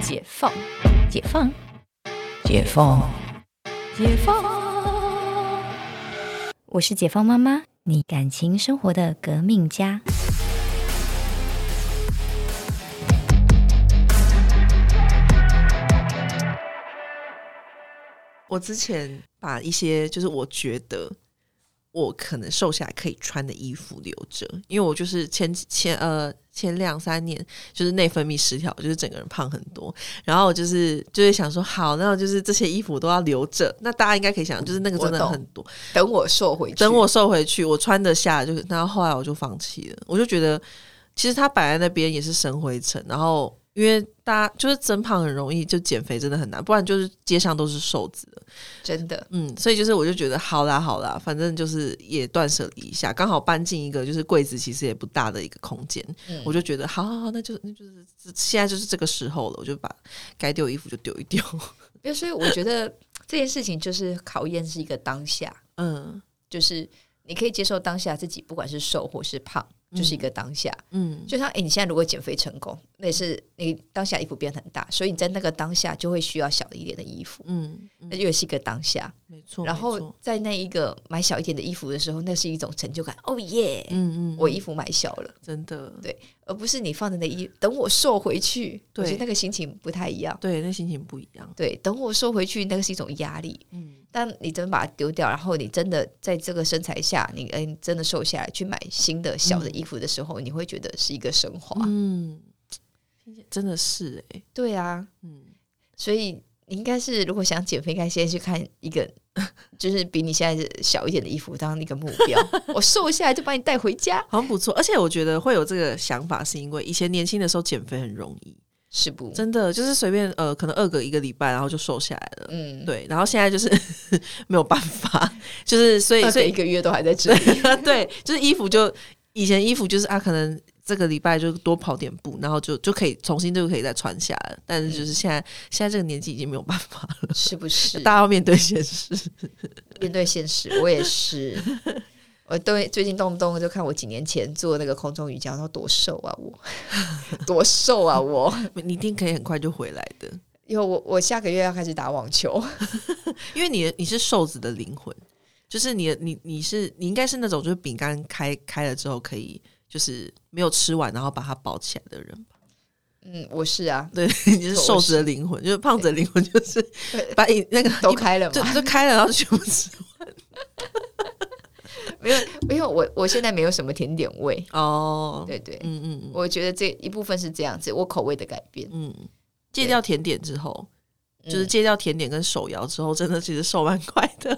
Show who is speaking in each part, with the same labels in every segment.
Speaker 1: 解放，解放，解放，解放。
Speaker 2: 我是解放妈妈，你感情生活的革命家。
Speaker 3: 我之前把一些就是我觉得我可能瘦下来可以穿的衣服留着，因为我就是前前呃前两三年就是内分泌失调，就是整个人胖很多，然后我就是就会想说，好，那我就是这些衣服都要留着。那大家应该可以想，就是那个真的很多，
Speaker 1: 等我瘦回去，
Speaker 3: 等我瘦回去，我穿得下就。然后后来我就放弃了，我就觉得其实它摆在那边也是生灰尘，然后。因为大家就是增胖很容易，就减肥真的很难，不然就是街上都是瘦子了。
Speaker 1: 真的，
Speaker 3: 嗯，所以就是我就觉得好啦好啦，反正就是也断舍离一下，刚好搬进一个就是柜子其实也不大的一个空间，
Speaker 1: 嗯
Speaker 3: 我就觉得好好好，那就那就是现在就是这个时候了，我就把该丢衣服就丢一 丢。
Speaker 1: 对所以我觉 得这件事情就是考验是一个当下，
Speaker 3: 嗯
Speaker 1: 就是你可以接受当下自己，不管是瘦或是胖，就是一个当下。
Speaker 3: 嗯，
Speaker 1: 就像诶，你现在如果减肥成功，那也是你当下衣服变很大，所以你在那个当下就会需要小一点的衣服，
Speaker 3: 嗯嗯，
Speaker 1: 那又是一个当下。
Speaker 3: 没错。
Speaker 1: 然
Speaker 3: 没
Speaker 1: 后
Speaker 3: 错
Speaker 1: 在那一个买小一点的衣服的时候，那是一种成就感。哦耶，
Speaker 3: 嗯嗯，
Speaker 1: 我衣服买小了，
Speaker 3: 真的
Speaker 1: 对而不是你放在那衣，等我瘦回去，我
Speaker 3: 对
Speaker 1: 觉得那个心情不太一样。
Speaker 3: 对，那心情不一样。
Speaker 1: 对，等我瘦回去，那个是一种压力。
Speaker 3: 嗯
Speaker 1: 但你真把它丢掉，然后你真的在这个身材下，你嗯、你真的瘦下来去买新的小的衣服的时候，你会觉得是一个升华。
Speaker 3: 嗯，真的是哎、
Speaker 1: 对啊，
Speaker 3: 嗯，
Speaker 1: 所以你应该是如果想减肥，应该先去看一个 就是比你现在小一点的衣服当一个目标。我瘦下来就把你带回家，
Speaker 3: 好像不错。而且我觉得会有这个想法，是因为以前年轻的时候减肥很容易。
Speaker 1: 是不？
Speaker 3: 真的就是随便呃，可能饿个一个礼拜，然后就瘦下来了。
Speaker 1: 嗯，，
Speaker 3: 对，然后现在就是 没有办法，就是所以
Speaker 1: 所
Speaker 3: 所
Speaker 1: 以一
Speaker 3: 以
Speaker 1: 个月都还在这里。
Speaker 3: 对，就是衣服就以前衣服就是啊，可能这个礼拜就多跑点步，然后就就可以重新就可以再穿下来了。但是就是现在、现在这个年纪已经没有办法了，
Speaker 1: 是不是？
Speaker 3: 大家要面对现实。
Speaker 1: 面对现实， 我也是。我对最近动不动就看我几年前做那个空中瑜伽，然后多瘦啊 我，多瘦啊我。
Speaker 3: 你一定可以很快就回来的，
Speaker 1: 因为我我下个月要开始打网球，
Speaker 3: 因为你你是瘦子的灵魂，就是你的你你是你应该是那种就是饼干开开了之后可以就是没有吃完然后把它包起来的人。
Speaker 1: 嗯，我是啊，
Speaker 3: 对， 你是
Speaker 1: 错
Speaker 3: 瘦
Speaker 1: 我是
Speaker 3: 子的灵魂，就是胖子的灵魂，就是把你那个
Speaker 1: 都
Speaker 3: 一
Speaker 1: 开了
Speaker 3: 就
Speaker 1: 嘛，
Speaker 3: 就开了，然后全部 吃。
Speaker 1: 没有，因为我我现在没有什么甜点味，
Speaker 3: 哦，
Speaker 1: 对对，
Speaker 3: 嗯嗯
Speaker 1: 我觉得这一部分是这样子，我口味的改变，
Speaker 3: 嗯嗯，戒掉甜点之后，就是
Speaker 1: 嗯
Speaker 3: 戒掉甜点跟手摇之后，真的其实瘦蛮快的。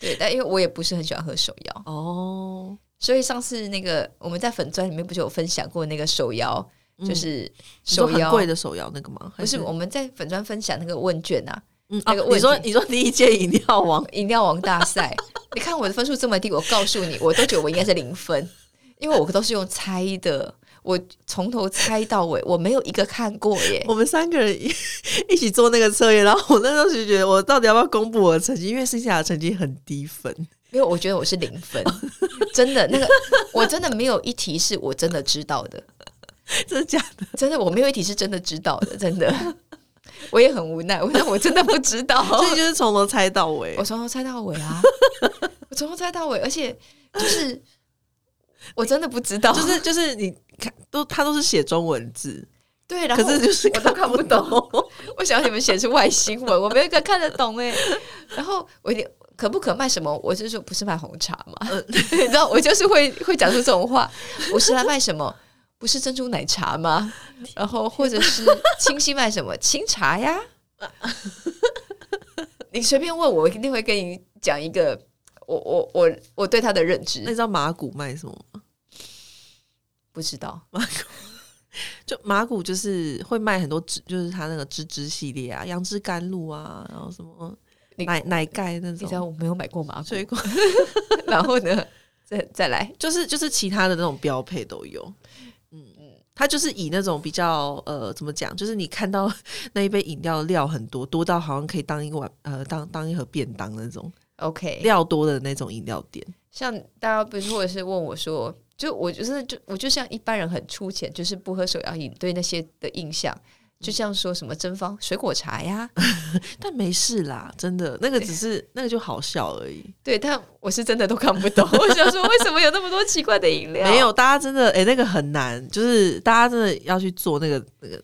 Speaker 1: 对，但因为我也不是很喜欢喝手摇，
Speaker 3: 哦，
Speaker 1: 所以上次那个我们在粉砖里面不就有分享过那个手摇，
Speaker 3: 嗯
Speaker 1: 就是
Speaker 3: 你说
Speaker 1: 手
Speaker 3: 很
Speaker 1: 摇
Speaker 3: 贵的手摇那个吗？
Speaker 1: 不
Speaker 3: 还
Speaker 1: 是我们在粉砖分享那个问卷啊，
Speaker 3: 嗯
Speaker 1: 那
Speaker 3: 啊
Speaker 1: 个，问
Speaker 3: 你说
Speaker 1: 题
Speaker 3: 你说第一届饮料王，
Speaker 1: 饮料王大赛。 你看我的分数这么低，我告诉你，我都觉得我应该是零分，因为我都是用猜的，我从头猜到尾，我没有一个看过耶。
Speaker 3: 我们三个人一一起做那个测验，然后我那时候就觉得我到底要不要公布我的成绩，因为剩下的成绩很低分。
Speaker 1: 因为我觉得我是零分，真的，那个我真的没有一题是我真的知道的，
Speaker 3: 真的假的？
Speaker 1: 真的我没有一题是真的知道的，真的。我也很无奈，我但我真的不知 道，
Speaker 3: 所以就是从头猜到尾
Speaker 1: 我，从头猜到尾啊，我从头猜到尾，而且就是我真的不知道，
Speaker 3: 就是就是你看都他都是写中文字，
Speaker 1: 对，然后
Speaker 3: 可是就是
Speaker 1: 我都看不懂
Speaker 3: 懂。
Speaker 1: 我想你们写出外星文，我没有一个看得懂哎。 然后我一点可不可卖什么？我就说不是卖红茶嘛，
Speaker 3: 呃
Speaker 1: 你知道我就是会会讲出这种话。我是来卖什么？不是珍珠奶茶吗？然后或者是清新卖 什么清茶呀？
Speaker 3: 啊
Speaker 1: 你随便问我，我一定会跟你讲一个我我我我对他的认
Speaker 3: 那你
Speaker 1: 知。
Speaker 3: 知道马古卖什么吗？
Speaker 1: 不知道，
Speaker 3: 就马古就是会卖很多汁，就是他那个芝芝系列啊，杨枝甘露啊，然后什么
Speaker 1: 你
Speaker 3: 奶奶盖那
Speaker 1: 你知道
Speaker 3: 种
Speaker 1: 我没有买过麻果，
Speaker 3: 水果，
Speaker 1: 然后呢，再再来，
Speaker 3: 就是就是其他的那种标配都有。嗯嗯，他就是以那种比较呃怎么讲，就是你看到 那一杯饮料的料很多，多到好像可以当一碗呃当当一盒便当那种
Speaker 1: OK，
Speaker 3: 料多的那种饮料店。
Speaker 1: 像大家不是或者是问我说，就我就是就我就像一般人很粗浅，就是不喝手摇饮对那些的印象，就像说什么蒸方水果茶呀，
Speaker 3: 但没事啦，真的，那个只是那个就好笑而已。
Speaker 1: 对，但我是真的都看不懂。我想说，为什么有那么多奇怪的饮料？
Speaker 3: 没有，大家真的哎、那个很难，就是大家真的要去做那个那个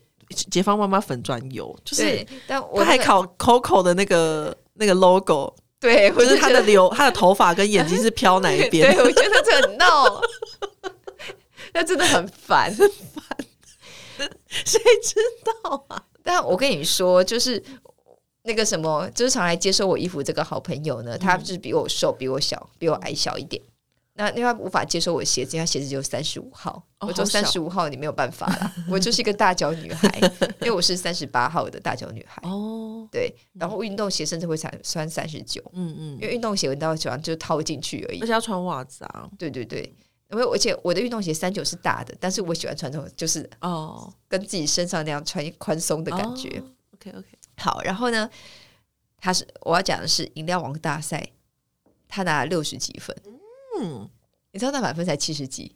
Speaker 3: 解放妈妈粉专有，就是
Speaker 1: 对，但我
Speaker 3: 他还
Speaker 1: 那个
Speaker 3: 考 Coco 的那个那个 logo，
Speaker 1: 对，我
Speaker 3: 就是
Speaker 1: 觉
Speaker 3: 他
Speaker 1: 得
Speaker 3: 的留他的头发跟眼睛是飘哪一边
Speaker 1: 对，我觉得这很闹， 那真的很烦。
Speaker 3: 谁知道啊？
Speaker 1: 但我跟你说，就是那个什么，就是常来接收我衣服这个好朋友呢，
Speaker 3: 嗯
Speaker 1: 他就是比我瘦，比我小，比我矮小一点。那因为他无法接受我的鞋子，因为他鞋子只有三十五号，
Speaker 3: 哦
Speaker 1: 我做
Speaker 3: 好小
Speaker 1: 三十五号你没有办法啦，我就是一个大脚女孩，因为我是三十八号的大脚女孩。
Speaker 3: 哦，
Speaker 1: 对，然后运动鞋甚至会穿穿三十九，
Speaker 3: 嗯嗯，
Speaker 1: 因为运动鞋我到喜欢就掏进去而已
Speaker 3: 而。且要穿袜子 啊，
Speaker 1: 对对对，因为而且我的运动鞋三九是大的，但是我喜欢穿这种就是
Speaker 3: 哦
Speaker 1: 跟自己身上那样穿宽松的感觉。
Speaker 3: OK OK，
Speaker 1: 好，然后呢，他是我要讲的是饮料王大赛，他拿了六十几分，
Speaker 3: 嗯，
Speaker 1: 你知道他满分才七十几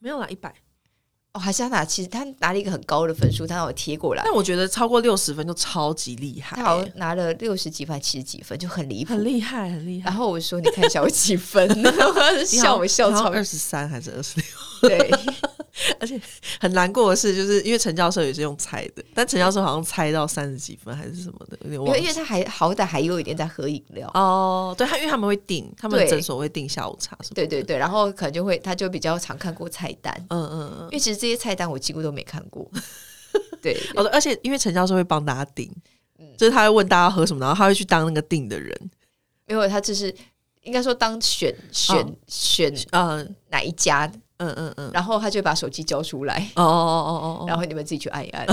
Speaker 3: 没有啦，一百。
Speaker 1: 哦，还是他拿七十，他拿了一个很高的分数，他让我贴过来，
Speaker 3: 但我觉得超过六十分就超级厉害、
Speaker 1: 他好像拿了六十几分、七十几分，就很离谱
Speaker 3: 很。厉害，很厉害
Speaker 1: 然。后我说：“你看一下我几分？” 笑 我笑超
Speaker 3: 二十三还是二十六？
Speaker 1: 对，
Speaker 3: 很难过的是，就是因为陈教授也是用猜的，但陈教授好像猜到三十几分还是什么的，有点
Speaker 1: 因
Speaker 3: 忘
Speaker 1: 为因为
Speaker 3: 记。
Speaker 1: 他还好歹还有一点在喝饮料，
Speaker 3: 哦，对，他因为他们会订，他们
Speaker 1: 对
Speaker 3: 诊所会订下午茶什么的。
Speaker 1: 对对对，然后可能就会他就比较常看过菜单，
Speaker 3: 嗯嗯
Speaker 1: 因
Speaker 3: 嗯。
Speaker 1: 为其实这些菜单我几乎都没看过。 对，嗯
Speaker 3: 哦，对而且因为陈教授会帮大家订，就是他会问大家喝什么，然后他会去当那个订的人。
Speaker 1: 没有他就是应该说当选选、
Speaker 3: 哦
Speaker 1: 选
Speaker 3: 嗯
Speaker 1: 哪一家，
Speaker 3: 嗯嗯嗯。
Speaker 1: 然后他就会把手机交出来，
Speaker 3: 哦哦哦哦哦
Speaker 1: 然后你们自己去按一按，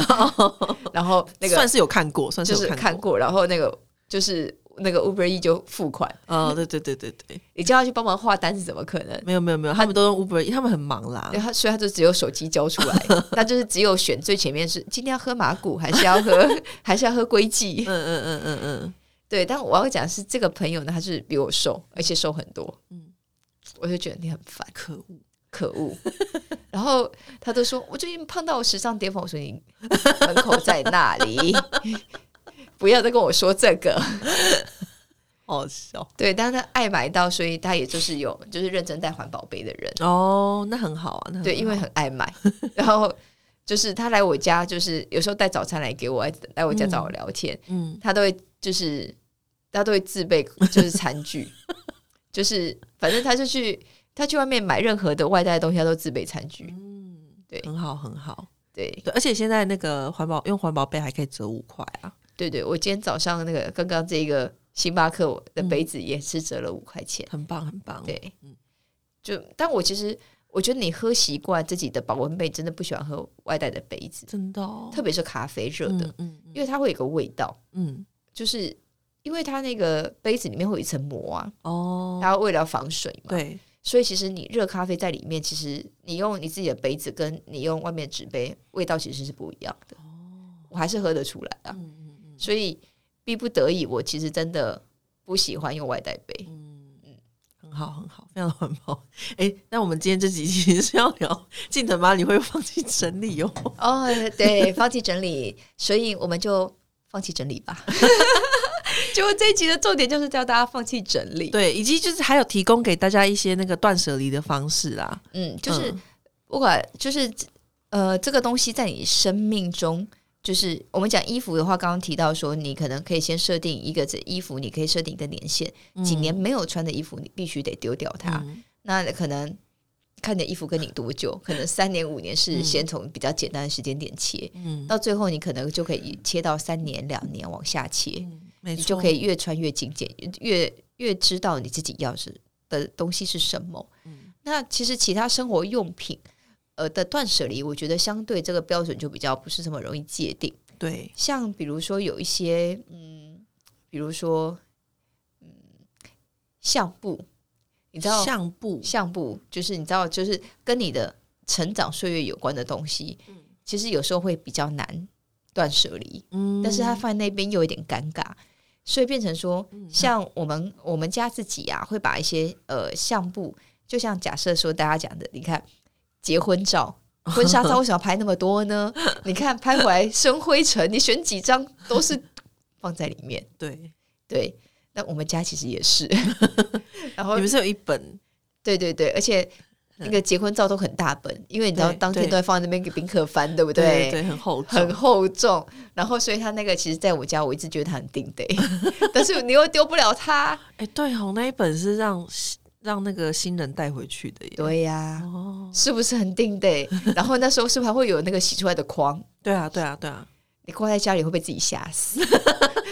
Speaker 1: 然后 那
Speaker 3: 算
Speaker 1: 个
Speaker 3: 是有看过，算是
Speaker 1: 就
Speaker 3: 有
Speaker 1: 是
Speaker 3: 看过。
Speaker 1: 看过，然后那个就是那个 Uber E 就付款，
Speaker 3: 哦，对对对对对，
Speaker 1: 你叫他去帮忙画单子怎么可能？
Speaker 3: 没有没有没有，他们都用 Uber，Eats，他们很忙啦
Speaker 1: 对。他，所以他就只有手机交出来， 那就是只有选最前面是今天要喝马古，还是要喝， 还是要喝龟记？
Speaker 3: 嗯嗯嗯嗯嗯，
Speaker 1: 对，但我要讲的是这个朋友呢，他是比我瘦，而且瘦很多，
Speaker 3: 嗯
Speaker 1: 我就觉得你很烦，
Speaker 3: 可恶。
Speaker 1: 可恶。 然后他都说，我最近胖到我时尚巅峰，我说你门口在那里， 不要再跟我说这个。
Speaker 3: 好笑
Speaker 1: 对，但是他爱买到，所以他也就是有就是认真带环保杯的人，
Speaker 3: 哦，那很好啊，那很
Speaker 1: 对，因为
Speaker 3: 好
Speaker 1: 很爱买，然后。就是他来我家，就是有时候带早餐来给我，来来我家找我聊天，
Speaker 3: 嗯
Speaker 1: 他都会就是他都会自备就是餐具， 就是反正他就去他去外面买任何的外带的东西，他都自备餐具。
Speaker 3: 嗯，
Speaker 1: 对
Speaker 3: 很好很好，
Speaker 1: 对
Speaker 3: 对，而且现在那个环保用环保杯还可以折五块啊，
Speaker 1: 对对，我今天早上那个刚刚这个星巴克我的杯子也是折了五块钱。
Speaker 3: 很棒很棒。，
Speaker 1: 对
Speaker 3: 嗯，
Speaker 1: 就但我其实我觉得你喝习惯自己的保温杯，真的不喜欢喝外带的杯子，
Speaker 3: 真的、哦，
Speaker 1: 特别是咖啡热的，
Speaker 3: 嗯嗯
Speaker 1: 因为它会有一个味道，
Speaker 3: 嗯
Speaker 1: 就是因为它那个杯子里面会有一层膜啊，
Speaker 3: 哦，
Speaker 1: 它为了防水嘛。
Speaker 3: 对，
Speaker 1: 所以其实你热咖啡在里面，其实你用你自己的杯子跟你用外面的纸杯，味道其实是不一样的。我还是喝得出来啊，
Speaker 3: 哦嗯嗯嗯
Speaker 1: 所以逼不得已，我其实真的不喜欢用外带杯。
Speaker 3: 嗯嗯，很好很好，非常环保。 哎，那我们今天这几期是要聊进藤吗？你会放弃整理 哦。
Speaker 1: 哦，对，放弃整理，所以我们就放弃整理吧。 结果这一集的重点就是教大家放弃整理。，
Speaker 3: 对，以及就是还有提供给大家一些那个断舍离的方式啦，
Speaker 1: 嗯，就是
Speaker 3: 嗯
Speaker 1: 不管就是呃，这个东西在你生命中，就是我们讲衣服的话，刚刚提到说，你可能可以先设定一个这衣服，你可以设定一个年限，几年没有穿的衣服，你必须得丢掉它。
Speaker 3: 嗯
Speaker 1: 那可能看你的衣服跟你多久，可能三年五年是先从比较简单的时间点切，
Speaker 3: 嗯，
Speaker 1: 到最后你可能就可以切到三年两年往下切，
Speaker 3: 嗯没
Speaker 1: 你
Speaker 3: 错，
Speaker 1: 就可以越穿越精简，越越知道你自己要是的东西是什么。
Speaker 3: 嗯
Speaker 1: 那其实其他生活用品，呃的断舍离，我觉得相对这个标准就比较不是这么容易界定。
Speaker 3: 对，
Speaker 1: 像比如说有一些，嗯，比如说，嗯，相簿，你知道
Speaker 3: 相簿，
Speaker 1: 相簿就是你知道就是跟你的成长岁月有关的东西，其实有时候会比较难断舍离，
Speaker 3: 嗯嗯
Speaker 1: 但是它放在那边又有点尴尬。所以变成说，像我们我们家自己啊，会把一些呃相簿，就像假设说大家讲的，你看结婚照，婚纱照为什么要拍那么多呢？ 你看拍回来生灰尘，你选几张都是放在里面。
Speaker 3: 对，
Speaker 1: 对，那我们家其实也 是，然后
Speaker 3: 你们是有一本
Speaker 1: 对对对，而且那个结婚照都很大本，因为你知道
Speaker 3: 对
Speaker 1: 当天
Speaker 3: 对
Speaker 1: 都在放在那边给宾客翻，对不
Speaker 3: 对对很厚重，
Speaker 1: 很厚重，然后所以他那个其实在我家，我一直觉得他很定得， 但是你又丢不了他。
Speaker 3: 哎、对哦，那一本是让让那个新人带回去的耶。
Speaker 1: 对啊呀、
Speaker 3: 哦，
Speaker 1: 是不是很定得？然后那时候是不是还会有那个洗出来的框？
Speaker 3: 对啊，对啊，对啊，
Speaker 1: 你挂在家里会被自己吓 死。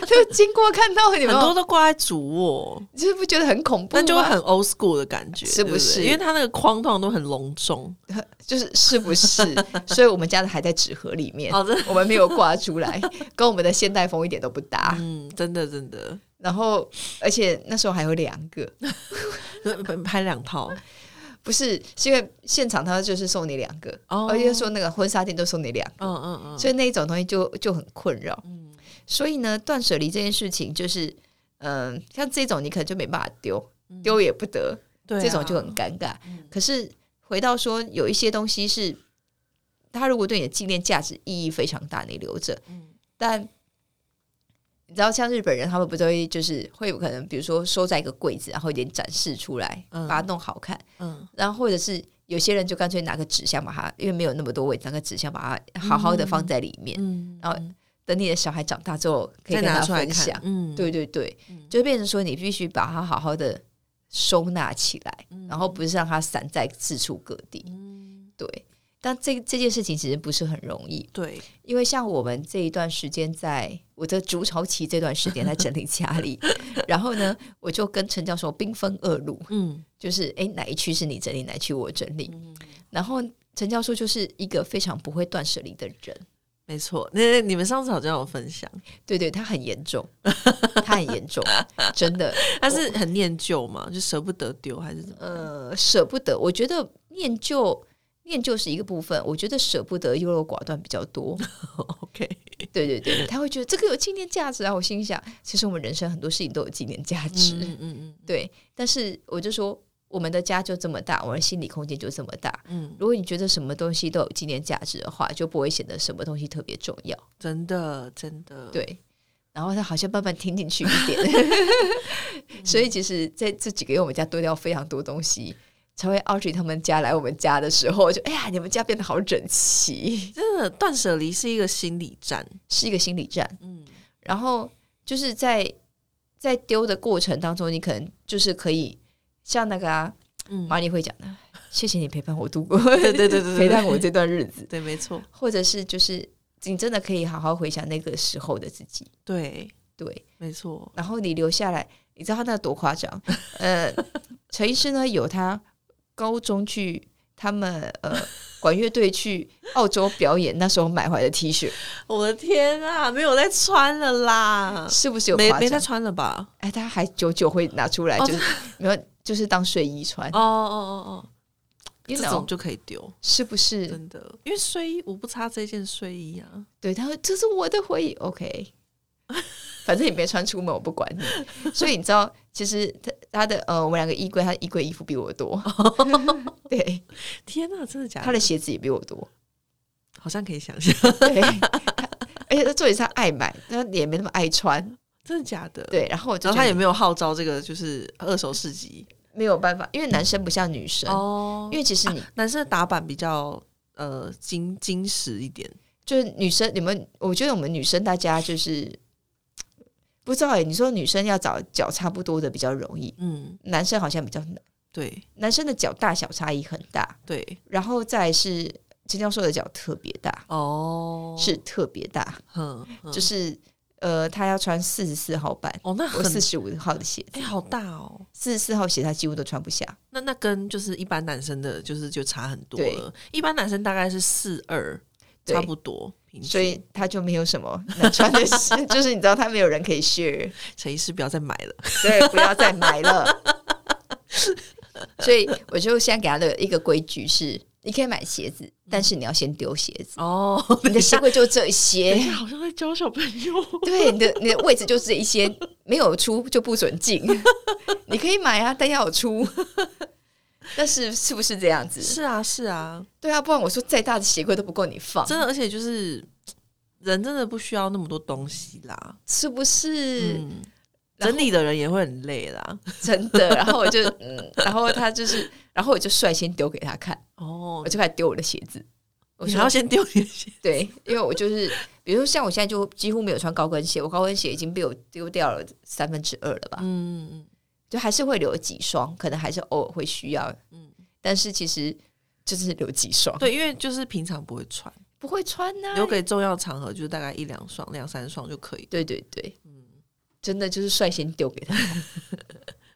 Speaker 1: 就经过看到你
Speaker 3: 很
Speaker 1: 们，
Speaker 3: 多都挂在主卧，
Speaker 1: 你是不是觉得很恐怖吗？
Speaker 3: 那就会很 old school 的感觉，
Speaker 1: 是不
Speaker 3: 对不对
Speaker 1: 是
Speaker 3: 因为它那个框通常都很隆重。
Speaker 1: 就是是不是？ 所以我们家的还在纸盒里面，
Speaker 3: 哦，真的，
Speaker 1: 我们没有挂出来，跟我们的现代风一点都不搭。
Speaker 3: 嗯，真的，真的，
Speaker 1: 然后，而且那时候还有两个，
Speaker 3: 呃拍两套
Speaker 1: 不是是因为现场他就是送你两个，
Speaker 3: 哦
Speaker 1: 而且说那个婚纱店都送你两个，
Speaker 3: 嗯嗯嗯，
Speaker 1: 所以那一种东西就就很困扰。
Speaker 3: 嗯
Speaker 1: 所以呢，断舍离这件事情就是，嗯、像这种你可能就没办法丢，
Speaker 3: 嗯
Speaker 1: 丢也不得，
Speaker 3: 对啊嗯
Speaker 1: 这种就很尴尬。可是回到说，有一些东西是，它如果对你的纪念价值意义非常大，你留着，
Speaker 3: 嗯
Speaker 1: 但你知道，像日本人，他们不都会就是会有可能，比如说收在一个柜子，然后有点展示出来，
Speaker 3: 嗯
Speaker 1: 把它弄好看，
Speaker 3: 嗯，
Speaker 1: 然后或者是有些人就干脆拿个纸箱把它，因为没有那么多位置，拿个纸箱把它好好的放在里面，
Speaker 3: 嗯
Speaker 1: 然后等你的小孩长大之后可以
Speaker 3: 再
Speaker 1: 跟
Speaker 3: 拿
Speaker 1: 他
Speaker 3: 出来
Speaker 1: 分
Speaker 3: 看
Speaker 1: 享。，
Speaker 3: 嗯，
Speaker 1: 对对对，
Speaker 3: 嗯，
Speaker 1: 就变成说你必须把它好好的收纳起来，
Speaker 3: 嗯
Speaker 1: 然后不是让它散在四处各地。
Speaker 3: 嗯，
Speaker 1: 对，但这这件事情其实不是很容易，
Speaker 3: 对，
Speaker 1: 因为像我们这一段时间在，我的筑巢期这段时间在整理家 里，然后呢，我就跟陈教授兵分二路，
Speaker 3: 嗯
Speaker 1: 就是诶哪一区是你整理，哪一区我整理。
Speaker 3: 嗯，
Speaker 1: 然后陈教授就是一个非常不会断舍离的人，
Speaker 3: 没错。那你们上次好像有分享，
Speaker 1: 对对，他很严重，他很严重，真 的，
Speaker 3: 他是很念旧嘛，就舍不得丢还是怎么？
Speaker 1: 呃，舍不得。我觉得念旧。念旧是一个部分，我觉得舍不得优柔寡断比较 多。
Speaker 3: OK，
Speaker 1: 对对对，他会觉得这个有纪念价值啊！我心想，其实我们人生很多事情都有纪念价值。
Speaker 3: 嗯嗯嗯
Speaker 1: 对，但是我就说，我们的家就这么大，我们的心理空间就这么大。
Speaker 3: 嗯，
Speaker 1: 如果你觉得什么东西都有纪念价值的话，就不会显得什么东西特别重要。
Speaker 3: 真的真的，
Speaker 1: 对，然后他好像慢慢听进去一 点，所以其实在这几个月我们家丢掉非常多东西，才会 Audrey 他们家来我们家的时候，就哎呀，你们家变得好整齐，
Speaker 3: 真的断舍离是一个心理战。
Speaker 1: 是一个心理战。
Speaker 3: 嗯
Speaker 1: 然后就是在在丢的过程当中，你可能就是可以像那个啊。
Speaker 3: 嗯，
Speaker 1: 玛丽会讲的， 谢谢你陪伴我度 过，
Speaker 3: 对对对对对
Speaker 1: 陪伴我这段日子，
Speaker 3: 对，没错，
Speaker 1: 或者是就是你真的可以好好回想那个时候的自己，
Speaker 3: 对，
Speaker 1: 对，
Speaker 3: 没错。
Speaker 1: 然后你留下来，你知道他那多 夸张？呃，陈医师呢有他高中去他们呃管乐队去澳洲表演，那时候买回来的 T 恤，
Speaker 3: 我的天啊，没有在穿了啦，
Speaker 1: 是不是
Speaker 3: 嗯
Speaker 1: 有
Speaker 3: 没
Speaker 1: 夸
Speaker 3: 没在
Speaker 1: 张？
Speaker 3: 穿了吧？
Speaker 1: 哎，他还久久会拿出来，
Speaker 3: 哦
Speaker 1: 就是没有，就是当睡衣穿，
Speaker 3: 哦哦哦哦，
Speaker 1: 你
Speaker 3: 这种就可以丢，
Speaker 1: 是不是？
Speaker 3: 真的，因为睡衣我不差这件睡衣啊。
Speaker 1: 对，他说这是我的回忆，OK，反正你别穿出门，我不管你。所以你知道，其实他他的呃，我们两个衣柜，他的衣柜衣服比我 多，对，
Speaker 3: 天啊，真的假的？
Speaker 1: 他的鞋子也比我多，
Speaker 3: 好像可以想象，
Speaker 1: 对。他而且他重点是他爱买，他也没那么爱穿，
Speaker 3: 真的假的？，
Speaker 1: 对。然后我就
Speaker 3: 然后
Speaker 1: 觉
Speaker 3: 他也
Speaker 1: 得
Speaker 3: 没有号召这个就是二手市集
Speaker 1: 没有办法，因为男生不像女生，
Speaker 3: 哦
Speaker 1: 因为其实你
Speaker 3: 男生的打版比较呃精精实一点，
Speaker 1: 就是女生，你们我觉得我们女生大家就是不知道哎、你说女生要找脚差不多的比较容易，
Speaker 3: 嗯，
Speaker 1: 男生好像比较难，
Speaker 3: 对
Speaker 1: 男生的脚大小差异很大，
Speaker 3: 对，
Speaker 1: 然后再来是陈教授的脚特别大，
Speaker 3: 哦，
Speaker 1: 是特别大，
Speaker 3: 嗯，嗯，
Speaker 1: 就是呃，他要穿四十四号 版，
Speaker 3: 哦，那
Speaker 1: 我
Speaker 3: 很
Speaker 1: 四十五号的鞋
Speaker 3: 哎、
Speaker 1: 子，
Speaker 3: 好大哦。
Speaker 1: 四十四号鞋他几乎都穿不下，
Speaker 3: 那那跟就是一般男生的，就是就差很多
Speaker 1: 对
Speaker 3: 了。一般男生大概是四二，
Speaker 1: 对
Speaker 3: 差不多。平均
Speaker 1: 所以他就没有什么能穿的鞋， 就是你知道他没有人可以 share，
Speaker 3: 陈医师不要再买 了。
Speaker 1: 对，不要再 买了。所以我就现在给他的一个规矩是，你可以买鞋子，但是你要先丢鞋 子，
Speaker 3: 哦，
Speaker 1: 你的鞋柜就这些
Speaker 3: 等一。下好像在教小朋友。
Speaker 1: 对，你的你的位置就是这一些， 没有出就不准进。你可以买啊，但要有出。但是是不是这样子？
Speaker 3: 是啊，是啊，
Speaker 1: 对啊，不然我说再大的鞋柜都不够你放，
Speaker 3: 真的，而且就是人真的不需要那么多东西啦。
Speaker 1: 是不是？
Speaker 3: 嗯，
Speaker 1: 然后
Speaker 3: 整理的人也会很累啦。
Speaker 1: 真 的。然后我就，嗯，然后他就是，然后我就率先丢给他看，
Speaker 3: 哦
Speaker 1: 我，就开始丢我的鞋子。我
Speaker 3: 你
Speaker 1: 说
Speaker 3: 还要先丢你的 鞋，
Speaker 1: 对，因为我就是，比如说像我现在就几乎没有穿高跟鞋，我高跟鞋已经被我丢掉了三分之二了吧，
Speaker 3: 嗯，
Speaker 1: 就还是会留几双，可能还是偶尔会需要，
Speaker 3: 嗯
Speaker 1: 但是其实就是留几双，，
Speaker 3: 对，因为就是平常不会穿，
Speaker 1: 不会穿呐、
Speaker 3: 留给重要场合，就是大概一两双、两三双就可以。
Speaker 1: 对对对，
Speaker 3: 嗯，
Speaker 1: 真的就是率先丢给他，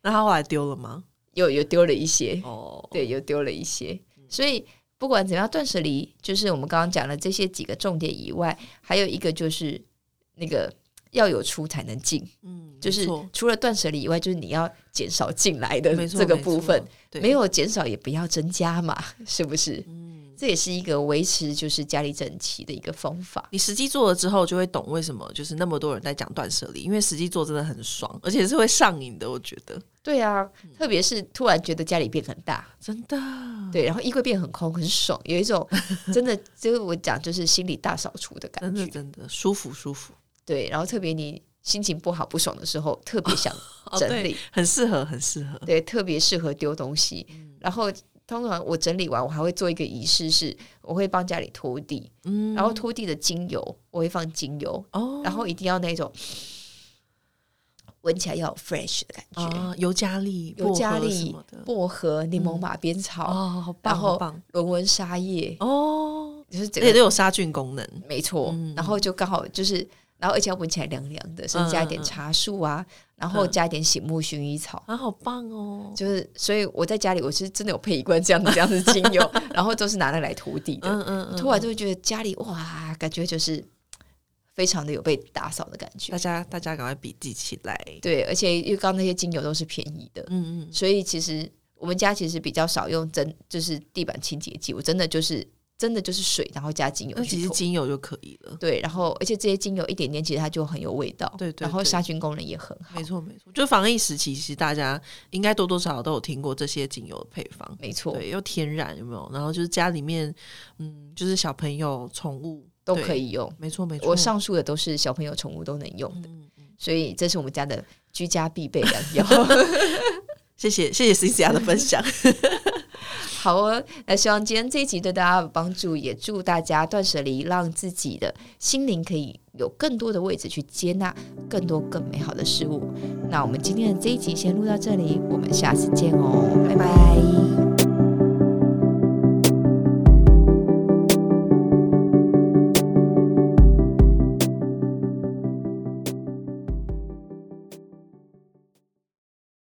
Speaker 3: 那他后来丢了吗？
Speaker 1: 有有丢了一些，
Speaker 3: 哦，嗯
Speaker 1: 对，有丢了一些，所以不管怎么样，断舍离就是我们刚刚讲的这些几个重点以外，还有一个就是那个要有出才能进。
Speaker 3: 嗯，
Speaker 1: 就是
Speaker 3: 没错
Speaker 1: 除了断舍离以外，就是你要减少进来的
Speaker 3: 没错
Speaker 1: 这个部分，，
Speaker 3: 没错
Speaker 1: 没，有减少也不要增加嘛， 是不是
Speaker 3: 对？嗯，
Speaker 1: 这也是一个维持就是家里整齐的一个方法。
Speaker 3: 你实际做了之后，就会懂为什么就是那么多人在讲断舍离，因为实际做真的很爽，而且是会上瘾的，我觉得
Speaker 1: 对啊，特别是突然觉得家里变很大，
Speaker 3: 真的。
Speaker 1: 对，然后衣柜变很空，很爽，有一 种真的就是我讲就是心理大扫除的感
Speaker 3: 真的
Speaker 1: 觉。
Speaker 3: 真的舒服舒服
Speaker 1: 对，然后特别你心情不好不爽的时候，特别 想整
Speaker 3: 哦对
Speaker 1: 理，
Speaker 3: 很适合很适合，
Speaker 1: 对，特别适合丢东西。
Speaker 3: 嗯
Speaker 1: 然后通常我整理完，我还会做一个仪式是，我会帮家里拖地，
Speaker 3: 嗯
Speaker 1: 然后拖地的精油，我会放精油，
Speaker 3: 哦，
Speaker 1: 然后一定要那种闻起来要有 fresh 的感觉，
Speaker 3: 啊尤加利
Speaker 1: 有加
Speaker 3: 薄荷什
Speaker 1: 利
Speaker 3: 么的、
Speaker 1: 薄荷、柠檬马鞭草、
Speaker 3: 哦，好
Speaker 1: 然
Speaker 3: 棒
Speaker 1: 后
Speaker 3: 好棒
Speaker 1: 龙纹沙叶，
Speaker 3: 哦，
Speaker 1: 就是
Speaker 3: 而
Speaker 1: 整
Speaker 3: 且
Speaker 1: 个
Speaker 3: 都有杀菌功能，
Speaker 1: 没错，
Speaker 3: 嗯
Speaker 1: 然后就刚好就是，然后而且要闻起来凉凉的，甚至加一点
Speaker 3: 嗯嗯嗯
Speaker 1: 茶树啊，然后
Speaker 3: 嗯
Speaker 1: 加一点醒目薰衣草。
Speaker 3: 啊，好棒哦，
Speaker 1: 就是，所以我在家里我是真的有配一罐这样的这样子精 油，然后都是拿来来涂地的。
Speaker 3: 嗯嗯嗯，
Speaker 1: 突然就会觉得家里哇，感觉就是非常的有被打扫的感觉
Speaker 3: 大。家大家赶快笔记起来，
Speaker 1: 对，而且因为刚刚那些精油都是便宜的，
Speaker 3: 嗯嗯，
Speaker 1: 所以其实我们家其实比较少用真就是地板清洁剂，我真的就是真的就是水，然后加精油
Speaker 3: 那其
Speaker 1: 去
Speaker 3: 实
Speaker 1: 涂。
Speaker 3: 精油就可以了。
Speaker 1: 对，然后而且这些精油一点点，其实它就很有味道，
Speaker 3: 对对
Speaker 1: 然后
Speaker 3: 对
Speaker 1: 杀菌功能也很好
Speaker 3: 没，错，没错，就防疫时期，其实大家应该多多少少都有听过这些精油的配方，
Speaker 1: 没错，
Speaker 3: 对，又天然有没有？然后就是家里面，嗯，就是小朋友、宠物
Speaker 1: 都可，
Speaker 3: 对
Speaker 1: 以用。
Speaker 3: 没错没错。
Speaker 1: 我上述的都是小朋友、宠物都能用的，
Speaker 3: 嗯，嗯
Speaker 1: 所以这是我们家的居家必 备良药。
Speaker 3: 谢谢谢谢 C C R 的分享，
Speaker 1: 好哦，那希望今天这一集对大家有帮助，也祝大家断舍离，让自己的心灵可以有更多的位置去接纳更多更美好的事物。那我们今天的这一集先录到这里，我们下次见哦，拜拜